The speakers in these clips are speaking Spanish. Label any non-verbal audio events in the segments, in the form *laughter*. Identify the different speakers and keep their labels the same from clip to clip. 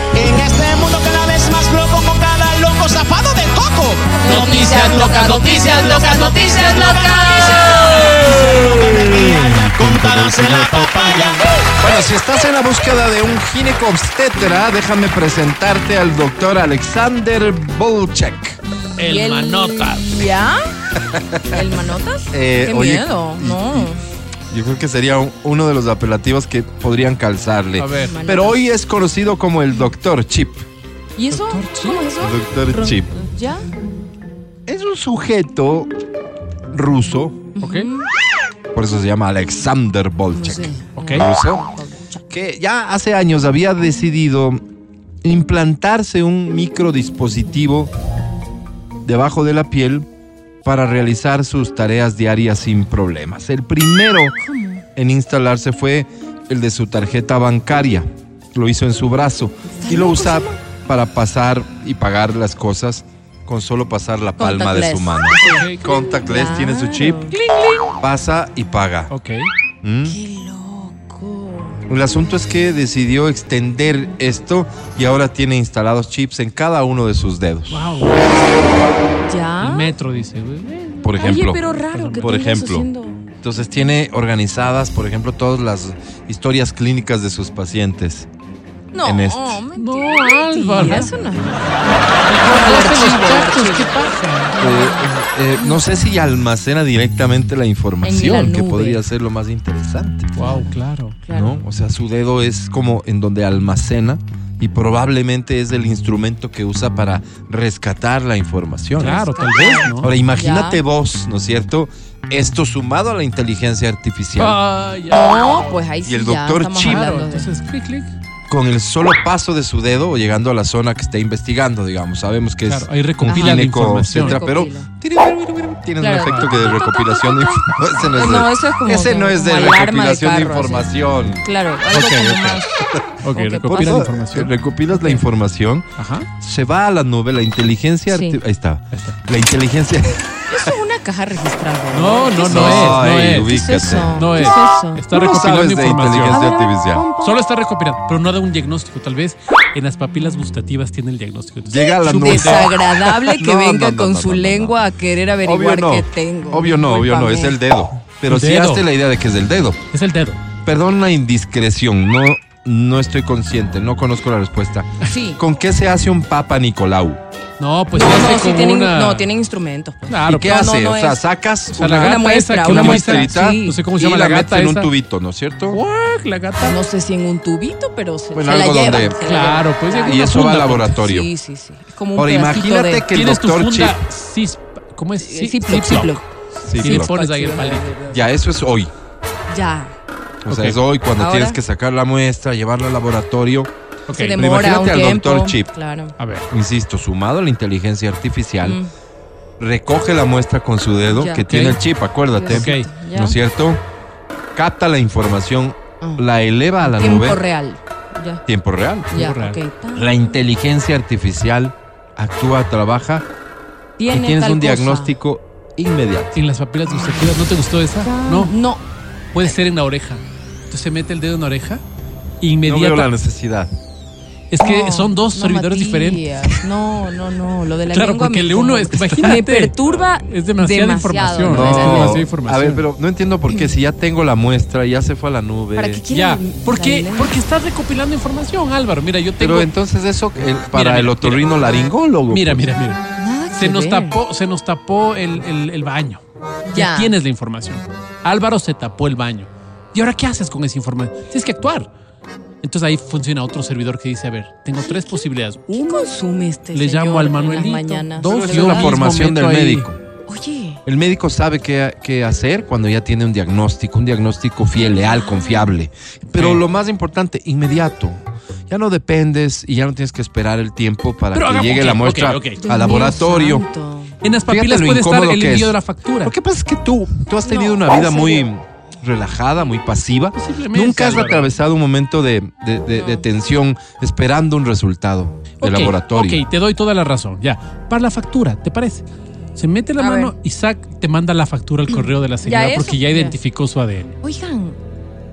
Speaker 1: este Locas noticias, locas noticias,
Speaker 2: locas.
Speaker 3: Contadas en la papaya.
Speaker 2: Bueno, si estás en la búsqueda de un ginecobstetra, déjame presentarte al doctor Alexander Bolchek.
Speaker 1: El, manotas.
Speaker 4: ¿Ya? ¿El manotas?
Speaker 2: *laughs* Eh,
Speaker 4: Qué
Speaker 2: oye,
Speaker 4: miedo.
Speaker 2: y-
Speaker 4: no.
Speaker 2: Yo creo que sería un- uno de los apelativos que podrían calzarle.
Speaker 1: A ver.
Speaker 2: Pero hoy es conocido como el doctor Chip.
Speaker 4: ¿Y eso? ¿Cómo es eso?
Speaker 2: Doctor
Speaker 4: Ron-
Speaker 2: Chip.
Speaker 4: ¿Ya?
Speaker 2: Es un sujeto ruso,
Speaker 1: Ok.
Speaker 2: por eso se llama Alexander
Speaker 4: No
Speaker 2: Bolchek.
Speaker 4: sé.
Speaker 1: Ok.
Speaker 2: Ruso, que ya hace años había decidido implantarse un microdispositivo debajo de la piel para realizar sus tareas diarias sin problemas. El primero en instalarse fue el de su tarjeta bancaria. Lo hizo en su brazo y lo usa para pasar y pagar las cosas con solo pasar la palma de su
Speaker 4: Contactless. Ah,
Speaker 2: mano.
Speaker 1: Ok.
Speaker 2: Contactless tiene su chip,
Speaker 4: Claro.
Speaker 2: pasa y paga.
Speaker 1: Ok.
Speaker 2: ¿Mm?
Speaker 4: Qué loco.
Speaker 2: El asunto es que decidió extender esto y ahora tiene instalados chips en cada uno de sus dedos.
Speaker 1: Wow. El
Speaker 2: ¿Ah?
Speaker 4: ¿Ya?
Speaker 1: metro dice, güey. Eh,
Speaker 2: Por ejemplo.
Speaker 4: Oye, pero raro que
Speaker 2: por
Speaker 4: tengas
Speaker 2: ejemplo.
Speaker 4: haciendo-
Speaker 2: Entonces tiene organizadas, por ejemplo, todas las historias clínicas de sus pacientes.
Speaker 4: No,
Speaker 2: en este.
Speaker 4: mentira,
Speaker 1: No,
Speaker 4: mentira,
Speaker 1: Álvaro.
Speaker 4: eso no.
Speaker 1: ¿Qué pasa?
Speaker 2: Eh, eh, no sé si almacena directamente la información,
Speaker 4: En la
Speaker 2: que
Speaker 4: nube.
Speaker 2: podría ser lo más interesante.
Speaker 1: Wow, claro.
Speaker 4: Claro.
Speaker 2: ¿no? O sea, su dedo es como en donde almacena y probablemente es el instrumento que usa para rescatar la información.
Speaker 1: Claro, tal vez, ¿no?
Speaker 2: Ah. Ahora, imagínate
Speaker 4: Ya.
Speaker 2: vos, ¿no es cierto? Esto sumado a la inteligencia artificial.
Speaker 1: Ah,
Speaker 2: Oh,
Speaker 1: ya.
Speaker 4: No, pues ahí sí.
Speaker 2: el
Speaker 4: ya
Speaker 2: doctor
Speaker 4: estamos
Speaker 2: Chip.
Speaker 4: hablando
Speaker 1: Claro,
Speaker 4: de-
Speaker 1: entonces, clic, clic.
Speaker 2: Con el solo paso de su dedo o llegando a la zona que está investigando, digamos. Sabemos que
Speaker 1: Claro,
Speaker 2: es
Speaker 1: ahí recopila la
Speaker 2: gineco,
Speaker 1: información.
Speaker 2: etcétera, pero
Speaker 4: Recopila.
Speaker 2: tiene, tiene
Speaker 4: Claro.
Speaker 2: un efecto que de recopilación
Speaker 4: *laughs*
Speaker 2: de información. Ese no es de,
Speaker 4: Pues No, eso es como-
Speaker 2: ese no es de
Speaker 4: como alarma de
Speaker 2: recopilación de,
Speaker 4: carro,
Speaker 2: información.
Speaker 4: Claro, algo
Speaker 2: Ok,
Speaker 4: como
Speaker 2: ok.
Speaker 4: más.
Speaker 1: Ok,
Speaker 4: ¿Qué
Speaker 1: recopila
Speaker 4: pasa?
Speaker 1: la información.
Speaker 2: Recopilas la información,
Speaker 1: Ajá.
Speaker 2: se va a la nube, la inteligencia...
Speaker 4: Sí.
Speaker 2: arti- Ahí está.
Speaker 1: Ahí está.
Speaker 2: La inteligencia...
Speaker 4: Eso es una caja registrada.
Speaker 1: No, *laughs* no, no,
Speaker 2: *laughs*
Speaker 1: es. No
Speaker 2: Ay,
Speaker 1: es.
Speaker 4: ¿Qué es
Speaker 2: ubícate.
Speaker 4: eso?
Speaker 1: No
Speaker 4: ¿Qué
Speaker 1: es.
Speaker 4: eso?
Speaker 1: Está
Speaker 2: Tú no
Speaker 1: recopilando
Speaker 2: sabes de
Speaker 1: información.
Speaker 2: inteligencia
Speaker 4: A ver,
Speaker 2: artificial.
Speaker 4: pon, pon.
Speaker 1: Solo está recopilando, pero no da un diagnóstico. Tal vez en las papilas gustativas tiene el diagnóstico. Entonces,
Speaker 2: Llega a la nube. *laughs*
Speaker 4: Desagradable que
Speaker 2: No,
Speaker 4: venga
Speaker 2: no, no,
Speaker 4: con
Speaker 2: no,
Speaker 4: su
Speaker 2: no, no,
Speaker 4: lengua a querer
Speaker 2: Obvio
Speaker 4: averiguar
Speaker 2: no.
Speaker 4: qué tengo.
Speaker 2: Obvio no, obvio no,
Speaker 4: Discúlpame.
Speaker 2: es el dedo. Pero
Speaker 1: El
Speaker 2: si
Speaker 1: dedo.
Speaker 2: hazte la idea de que es el dedo.
Speaker 1: Es el dedo.
Speaker 2: Perdón la indiscreción, no, no estoy consciente, no conozco la respuesta.
Speaker 4: Sí.
Speaker 2: ¿Con qué se hace un Papa Nicolau?
Speaker 1: No, pues
Speaker 4: No,
Speaker 1: se hace
Speaker 4: no, sí
Speaker 1: como
Speaker 4: tienen,
Speaker 1: una.
Speaker 4: no, tienen instrumentos. pues.
Speaker 1: Claro,
Speaker 2: ¿Y qué
Speaker 4: no,
Speaker 1: claro.
Speaker 2: hace?
Speaker 4: no, no
Speaker 2: o sea,
Speaker 4: es.
Speaker 2: sacas
Speaker 1: Ah, O sea,
Speaker 2: una,
Speaker 1: la gata
Speaker 4: muestra,
Speaker 1: esa que
Speaker 4: una
Speaker 2: una
Speaker 1: utiliza-
Speaker 2: muestra
Speaker 4: sí.
Speaker 1: No sé cómo se llama
Speaker 2: y
Speaker 1: la
Speaker 2: la,
Speaker 1: gata
Speaker 2: mete en un
Speaker 1: esa.
Speaker 2: tubito, ¿no es cierto?
Speaker 1: Guac, La gata.
Speaker 4: No sé si en un tubito, pero se,
Speaker 2: Bueno,
Speaker 4: se la
Speaker 2: algo
Speaker 4: llevan.
Speaker 2: donde-
Speaker 4: se la
Speaker 1: Claro,
Speaker 4: llevan.
Speaker 1: pues llega
Speaker 2: Ah, Y
Speaker 1: una
Speaker 2: eso va
Speaker 1: funda,
Speaker 2: al
Speaker 1: pues.
Speaker 2: laboratorio.
Speaker 4: Sí, sí, sí. Es como un
Speaker 2: Ahora
Speaker 4: pedacito
Speaker 2: imagínate
Speaker 4: de... eh,
Speaker 2: que el
Speaker 1: Tienes tu
Speaker 2: doctor Chip...
Speaker 1: funda cis- ¿Cómo es?
Speaker 4: Sí,
Speaker 1: Sí,
Speaker 4: sí, sí,
Speaker 1: Ziploc.
Speaker 2: Sí,
Speaker 1: Y le
Speaker 2: claro.
Speaker 1: pones ahí el palito.
Speaker 2: Ya, eso es hoy.
Speaker 4: Ya.
Speaker 2: O sea,
Speaker 1: Ok.
Speaker 2: es hoy cuando
Speaker 4: Ahora-
Speaker 2: tienes que sacar la muestra, llevarla al laboratorio.
Speaker 1: Ok.
Speaker 4: Se
Speaker 2: dem-
Speaker 4: demora un
Speaker 2: imagínate al
Speaker 4: tiempo.
Speaker 2: doctor Chip.
Speaker 4: Claro.
Speaker 1: A ver.
Speaker 2: Insisto, sumado a la inteligencia artificial,
Speaker 4: Mm.
Speaker 2: recoge la muestra con su dedo
Speaker 4: Ya.
Speaker 2: que
Speaker 1: Ok.
Speaker 2: tiene el chip, acuérdate.
Speaker 1: Ok.
Speaker 4: Ya.
Speaker 2: ¿no es cierto? Capta la información,
Speaker 4: Ah.
Speaker 2: la eleva a la
Speaker 4: Tiempo
Speaker 2: nube,
Speaker 4: real. Ya.
Speaker 2: tiempo real.
Speaker 4: Ya,
Speaker 1: real.
Speaker 4: ok. Ta-
Speaker 2: La inteligencia artificial actúa, trabaja y
Speaker 4: Tiene
Speaker 2: tienes
Speaker 4: tal
Speaker 2: un
Speaker 4: cosa.
Speaker 2: diagnóstico inmediato.
Speaker 1: En las papilas gustativas, ¿no te gustó esa? No.
Speaker 4: No.
Speaker 1: Puede ser en la oreja. Entonces se mete el dedo en la oreja.
Speaker 2: No veo
Speaker 1: Inmediata.
Speaker 2: la necesidad.
Speaker 1: es que
Speaker 4: No,
Speaker 1: son dos
Speaker 4: no,
Speaker 1: servidores diferentes.
Speaker 4: Matías, No, no, no. Lo de la
Speaker 1: Claro,
Speaker 4: lengua
Speaker 1: porque
Speaker 4: me
Speaker 1: el uno
Speaker 4: como-
Speaker 1: es- imagínate.
Speaker 4: Me perturba
Speaker 1: Es demasiada
Speaker 4: demasiado,
Speaker 1: información.
Speaker 4: ¿no?
Speaker 1: Es
Speaker 2: No,
Speaker 1: demasiada información.
Speaker 2: a ver, pero no entiendo por qué si ya tengo la muestra, ya se fue a la nube.
Speaker 4: ¿Para qué quieren
Speaker 1: Ya,
Speaker 4: la-
Speaker 1: ¿por
Speaker 4: la
Speaker 1: qué?
Speaker 4: lengua?
Speaker 1: Porque estás recopilando información, Álvaro. Mira, yo tengo.
Speaker 2: Pero entonces eso eh, para
Speaker 1: mira,
Speaker 2: el
Speaker 1: mira.
Speaker 2: otorrino laringólogo. pues.
Speaker 1: Mira, mira, mira.
Speaker 4: Nada que
Speaker 1: Se nos
Speaker 4: ver.
Speaker 1: tapó, se nos tapó el, el- el baño. Ya.
Speaker 4: Ya.
Speaker 1: tienes la información. Álvaro se tapó el baño. ¿Y ahora qué haces con esa información? Tienes que actuar. Entonces ahí funciona otro servidor que dice, a ver, tengo tres posibilidades.
Speaker 4: ¿Qué
Speaker 1: Uno,
Speaker 4: consume este
Speaker 1: le
Speaker 4: señor
Speaker 1: llamo al
Speaker 4: en las
Speaker 1: Manuelito.
Speaker 4: mañanas?
Speaker 1: Dos,
Speaker 2: Pero
Speaker 4: De
Speaker 2: esa es la
Speaker 4: verdad.
Speaker 1: mismo
Speaker 2: formación del
Speaker 1: meto ahí.
Speaker 2: médico.
Speaker 4: Oye,
Speaker 2: El médico sabe qué, qué hacer cuando ya tiene un diagnóstico, un diagnóstico fiel, leal,
Speaker 4: Ah.
Speaker 2: confiable. Pero
Speaker 1: Sí.
Speaker 2: lo más importante, inmediato. Ya no dependes y ya no tienes que esperar el tiempo para
Speaker 1: Pero
Speaker 2: que
Speaker 1: hagamos-
Speaker 2: llegue
Speaker 1: ok,
Speaker 2: la muestra
Speaker 1: ok, ok.
Speaker 4: Dios
Speaker 2: al laboratorio.
Speaker 4: mío santo.
Speaker 1: en las
Speaker 2: Fíjate
Speaker 1: papilas
Speaker 2: lo
Speaker 1: puede estar
Speaker 2: incómodo
Speaker 1: el
Speaker 2: que
Speaker 1: envío
Speaker 2: es.
Speaker 1: de la factura.
Speaker 2: Lo que pasa es que tú, tú has tenido
Speaker 4: No,
Speaker 2: una vida
Speaker 4: ¿en
Speaker 2: muy
Speaker 4: serio?
Speaker 2: relajada, muy pasiva.
Speaker 1: Simplemente,
Speaker 2: Nunca has
Speaker 1: Álvaro.
Speaker 2: atravesado un momento de, de- de- de
Speaker 4: No.
Speaker 2: tensión esperando un resultado de
Speaker 1: Ok,
Speaker 2: laboratorio.
Speaker 1: Ok, te doy toda la razón. Ya, para la factura, ¿te parece? Se mete la
Speaker 4: A
Speaker 1: mano
Speaker 4: ver.
Speaker 1: y sac- te manda la factura al correo de la señora
Speaker 4: eso?
Speaker 1: porque ya
Speaker 4: Ya.
Speaker 1: identificó su ADN.
Speaker 4: Oigan,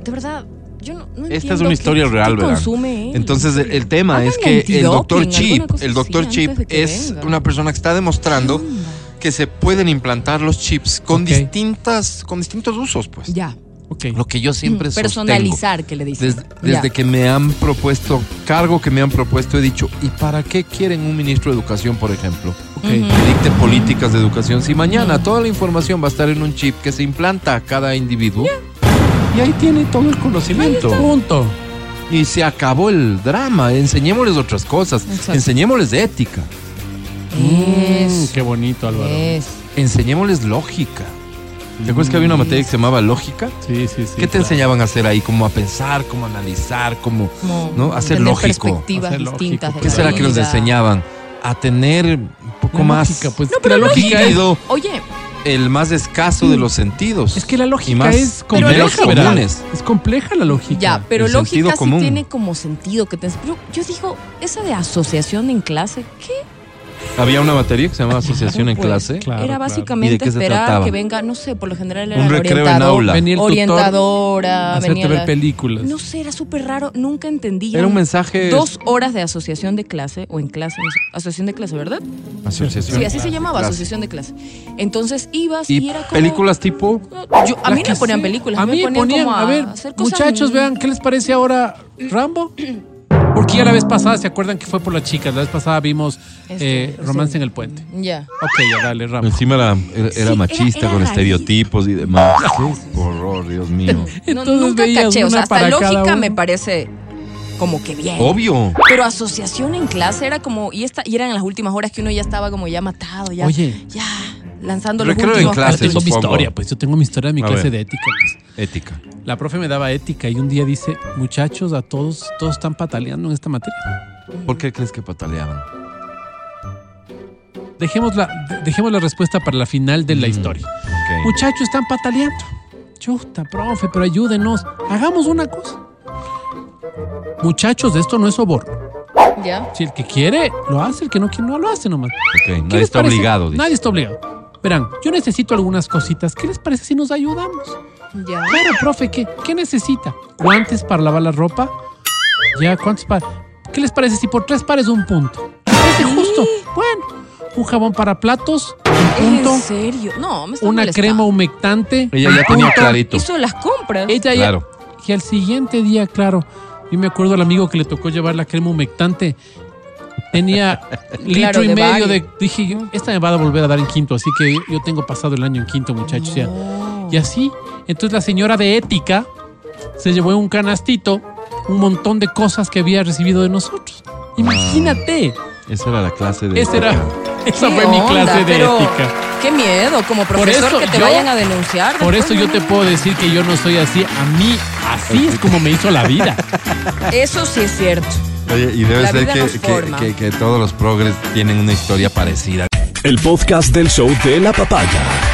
Speaker 4: de verdad, yo no, no
Speaker 2: Esta
Speaker 4: entiendo
Speaker 2: es una historia
Speaker 4: qué-
Speaker 2: real,
Speaker 4: qué
Speaker 2: ¿verdad?
Speaker 4: consume él.
Speaker 2: Entonces el, el tema
Speaker 4: Hagan
Speaker 2: es que el
Speaker 4: antidoping,
Speaker 2: doctor
Speaker 4: alguna
Speaker 2: Chip,
Speaker 4: cosa
Speaker 2: el
Speaker 4: así
Speaker 2: doctor
Speaker 4: antes
Speaker 2: Chip
Speaker 4: de que
Speaker 2: es
Speaker 4: venga.
Speaker 2: una persona que está demostrando
Speaker 4: ¿Qué onda?
Speaker 2: que se pueden implantar los chips con
Speaker 1: Ok.
Speaker 2: distintas, con distintos usos, pues.
Speaker 4: Ya. Mm,
Speaker 1: Ok.
Speaker 2: Lo que yo siempre sostengo.
Speaker 4: Personalizar, que le dicen.
Speaker 2: Desde,
Speaker 4: Ya.
Speaker 2: desde que me han propuesto, cargo que me han propuesto, he dicho, ¿y para qué quieren un ministro de educación, por ejemplo?
Speaker 1: Ok.
Speaker 4: Ujú.
Speaker 2: Que dicte políticas de educación. Si mañana toda la información va a estar en un chip que se implanta a cada individuo, y ahí tiene todo el conocimiento.
Speaker 1: Punto.
Speaker 2: Y se acabó el drama. Enseñémosles otras cosas.
Speaker 4: Exacto.
Speaker 2: Enseñémosles de ética.
Speaker 1: Mm,
Speaker 4: Es.
Speaker 1: qué bonito, Álvaro.
Speaker 4: es.
Speaker 2: Enseñémosles lógica. ¿Te acuerdas que había una materia que se llamaba lógica?
Speaker 1: Sí, sí, sí.
Speaker 2: ¿Qué te
Speaker 1: claro.
Speaker 2: enseñaban a hacer ahí? Como a pensar, como a analizar, como...
Speaker 4: Como
Speaker 2: ¿no? Hacer
Speaker 4: tener
Speaker 2: lógico.
Speaker 4: Perspectivas
Speaker 1: Hacer lógico,
Speaker 4: distintas. de
Speaker 1: claro.
Speaker 2: ¿Qué
Speaker 4: la
Speaker 2: será que nos
Speaker 4: vida.
Speaker 2: enseñaban? A tener un poco
Speaker 1: La
Speaker 2: más
Speaker 1: lógica, pues,
Speaker 4: No, pero
Speaker 1: la lógica es,
Speaker 2: vívido
Speaker 4: Oye,
Speaker 2: el más escaso de los sentidos.
Speaker 1: es que la
Speaker 2: Y
Speaker 1: lógica
Speaker 2: más
Speaker 1: es
Speaker 4: Pero
Speaker 1: compleja.
Speaker 2: primeros
Speaker 4: lógica.
Speaker 1: ¿verdad?
Speaker 2: comunes.
Speaker 1: Es compleja la lógica.
Speaker 4: ya, pero
Speaker 2: el sentido
Speaker 4: lógica sí
Speaker 2: común.
Speaker 4: tiene como sentido que te yo, yo digo, esa de asociación en clase, ¿qué?
Speaker 2: Había una materia que se llamaba asociación en
Speaker 4: Pues,
Speaker 2: clase.
Speaker 1: Claro,
Speaker 4: era
Speaker 1: claro.
Speaker 2: ¿Y de
Speaker 4: básicamente
Speaker 2: qué se
Speaker 4: esperar
Speaker 2: trataba?
Speaker 4: que venga, no sé, por lo general era
Speaker 2: Un
Speaker 4: el
Speaker 2: recreo en
Speaker 4: orientador,
Speaker 2: aula.
Speaker 1: Venía el tutor
Speaker 4: orientadora,
Speaker 1: Hacerte
Speaker 4: venía
Speaker 1: ver
Speaker 4: la-
Speaker 1: películas.
Speaker 4: No sé, era súper raro, nunca entendí.
Speaker 2: Era un mensaje...
Speaker 4: Dos horas de asociación de clase, o en clase, no sé, asociación de clase, ¿verdad?
Speaker 2: Asociación.
Speaker 4: Sí, así se
Speaker 2: ah, Clase.
Speaker 4: llamaba, asociación de clase. Entonces ibas y,
Speaker 2: Y
Speaker 4: era como...
Speaker 2: películas tipo...
Speaker 4: Yo- a
Speaker 1: Las
Speaker 4: mí no
Speaker 1: que
Speaker 4: me ponían
Speaker 1: sí.
Speaker 4: películas,
Speaker 1: A
Speaker 4: me
Speaker 1: mí
Speaker 4: ponían, como a,
Speaker 1: a ver,
Speaker 4: hacer cosas-
Speaker 1: muchachos, vean, ¿qué les parece ahora Rambo? Porque ya la vez pasada, ¿se acuerdan que fue por las chicas? La vez pasada vimos
Speaker 4: Este,
Speaker 1: eh,
Speaker 4: este.
Speaker 1: Romance en el Puente.
Speaker 4: Ya.
Speaker 1: Ok, ya dale, Rambo.
Speaker 2: Encima era, era-
Speaker 4: Sí,
Speaker 2: era
Speaker 4: era-
Speaker 2: machista
Speaker 4: era
Speaker 2: con
Speaker 4: rarísimo.
Speaker 2: estereotipos y demás. Qué horror, Dios mío.
Speaker 4: No,
Speaker 1: Entonces
Speaker 4: nunca
Speaker 1: veías
Speaker 4: caché, o
Speaker 1: una
Speaker 4: sea, hasta
Speaker 1: para cada
Speaker 4: lógica
Speaker 1: uno.
Speaker 4: me parece como que bien.
Speaker 2: Obvio.
Speaker 4: Pero asociación en clase era como, y esta, y eran las últimas horas que uno ya estaba como ya matado, ya,
Speaker 1: Oye.
Speaker 4: ya, lanzando los
Speaker 2: Recreo en
Speaker 4: últimos
Speaker 1: Yo
Speaker 2: clase,
Speaker 1: tengo
Speaker 4: cartuchos.
Speaker 1: mi
Speaker 2: supongo.
Speaker 1: historia, pues yo tengo mi historia de mi
Speaker 2: A
Speaker 1: clase
Speaker 2: ver.
Speaker 1: de ética. pues.
Speaker 2: Ética.
Speaker 1: La profe me daba ética y un día dice, muchachos, a todos, todos están pataleando en esta materia.
Speaker 2: ¿Por qué crees que pataleaban?
Speaker 1: Dejemos la, de- dejemos la respuesta para la final de la
Speaker 2: Mm.
Speaker 1: historia.
Speaker 2: Ok.
Speaker 1: Muchachos, están pataleando. Chuta, profe, pero ayúdenos. Hagamos una cosa. Muchachos, esto no es soborno.
Speaker 4: Ya.
Speaker 1: Si el que quiere, lo hace. El que no quiere, no lo hace nomás.
Speaker 2: Ok,
Speaker 1: ¿Qué
Speaker 2: Nadie
Speaker 1: les
Speaker 2: está
Speaker 1: parece?
Speaker 2: obligado. dice.
Speaker 1: Nadie está obligado. Verán, yo necesito algunas cositas. ¿Qué les parece si nos ayudamos?
Speaker 4: Ya.
Speaker 1: Claro, profe, ¿qué, qué necesita? ¿Guantes para lavar la ropa? Ya, ¿cuántos para? ¿Qué les parece si por tres pares un punto? Parece justo. Bueno, un jabón para platos, un punto,
Speaker 4: ¿En serio? No, me está
Speaker 1: una
Speaker 4: molestando.
Speaker 1: crema humectante.
Speaker 2: Ella ya
Speaker 1: un
Speaker 2: tenía
Speaker 1: punto.
Speaker 2: clarito.
Speaker 4: Hizo las compras.
Speaker 1: Ella ya-
Speaker 2: Claro.
Speaker 1: Y al siguiente día, claro, yo me acuerdo al amigo que le tocó llevar la crema humectante. Tenía litro y
Speaker 4: de
Speaker 1: medio
Speaker 4: bagre.
Speaker 1: de. Dije, yo, esta me va a volver a dar en quinto, así que yo tengo pasado el año en quinto,
Speaker 4: Oh.
Speaker 1: muchachos. ya.
Speaker 4: No.
Speaker 1: Y así, entonces la señora de ética se llevó en un canastito un montón de cosas que había recibido de nosotros. Imagínate.
Speaker 2: Esa era la clase de.
Speaker 1: Esa era.
Speaker 2: ética.
Speaker 1: *laughs* Esa
Speaker 4: ¿Qué
Speaker 1: fue mi
Speaker 4: onda?
Speaker 1: clase de
Speaker 4: Pero
Speaker 1: ética.
Speaker 4: Qué miedo, como profesor
Speaker 1: eso
Speaker 4: que te
Speaker 1: yo-
Speaker 4: vayan a denunciar.
Speaker 1: Por
Speaker 4: después,
Speaker 1: eso yo
Speaker 4: no,
Speaker 1: te
Speaker 4: no.
Speaker 1: puedo decir que yo no soy así. A mí, así es como me hizo la vida.
Speaker 4: Eso sí es cierto.
Speaker 2: Oye, y debe
Speaker 4: La
Speaker 2: ser
Speaker 4: vida nos
Speaker 2: que, que-
Speaker 4: forma.
Speaker 2: que- que todos los progres tienen una historia parecida.
Speaker 5: El podcast del show de la papaya.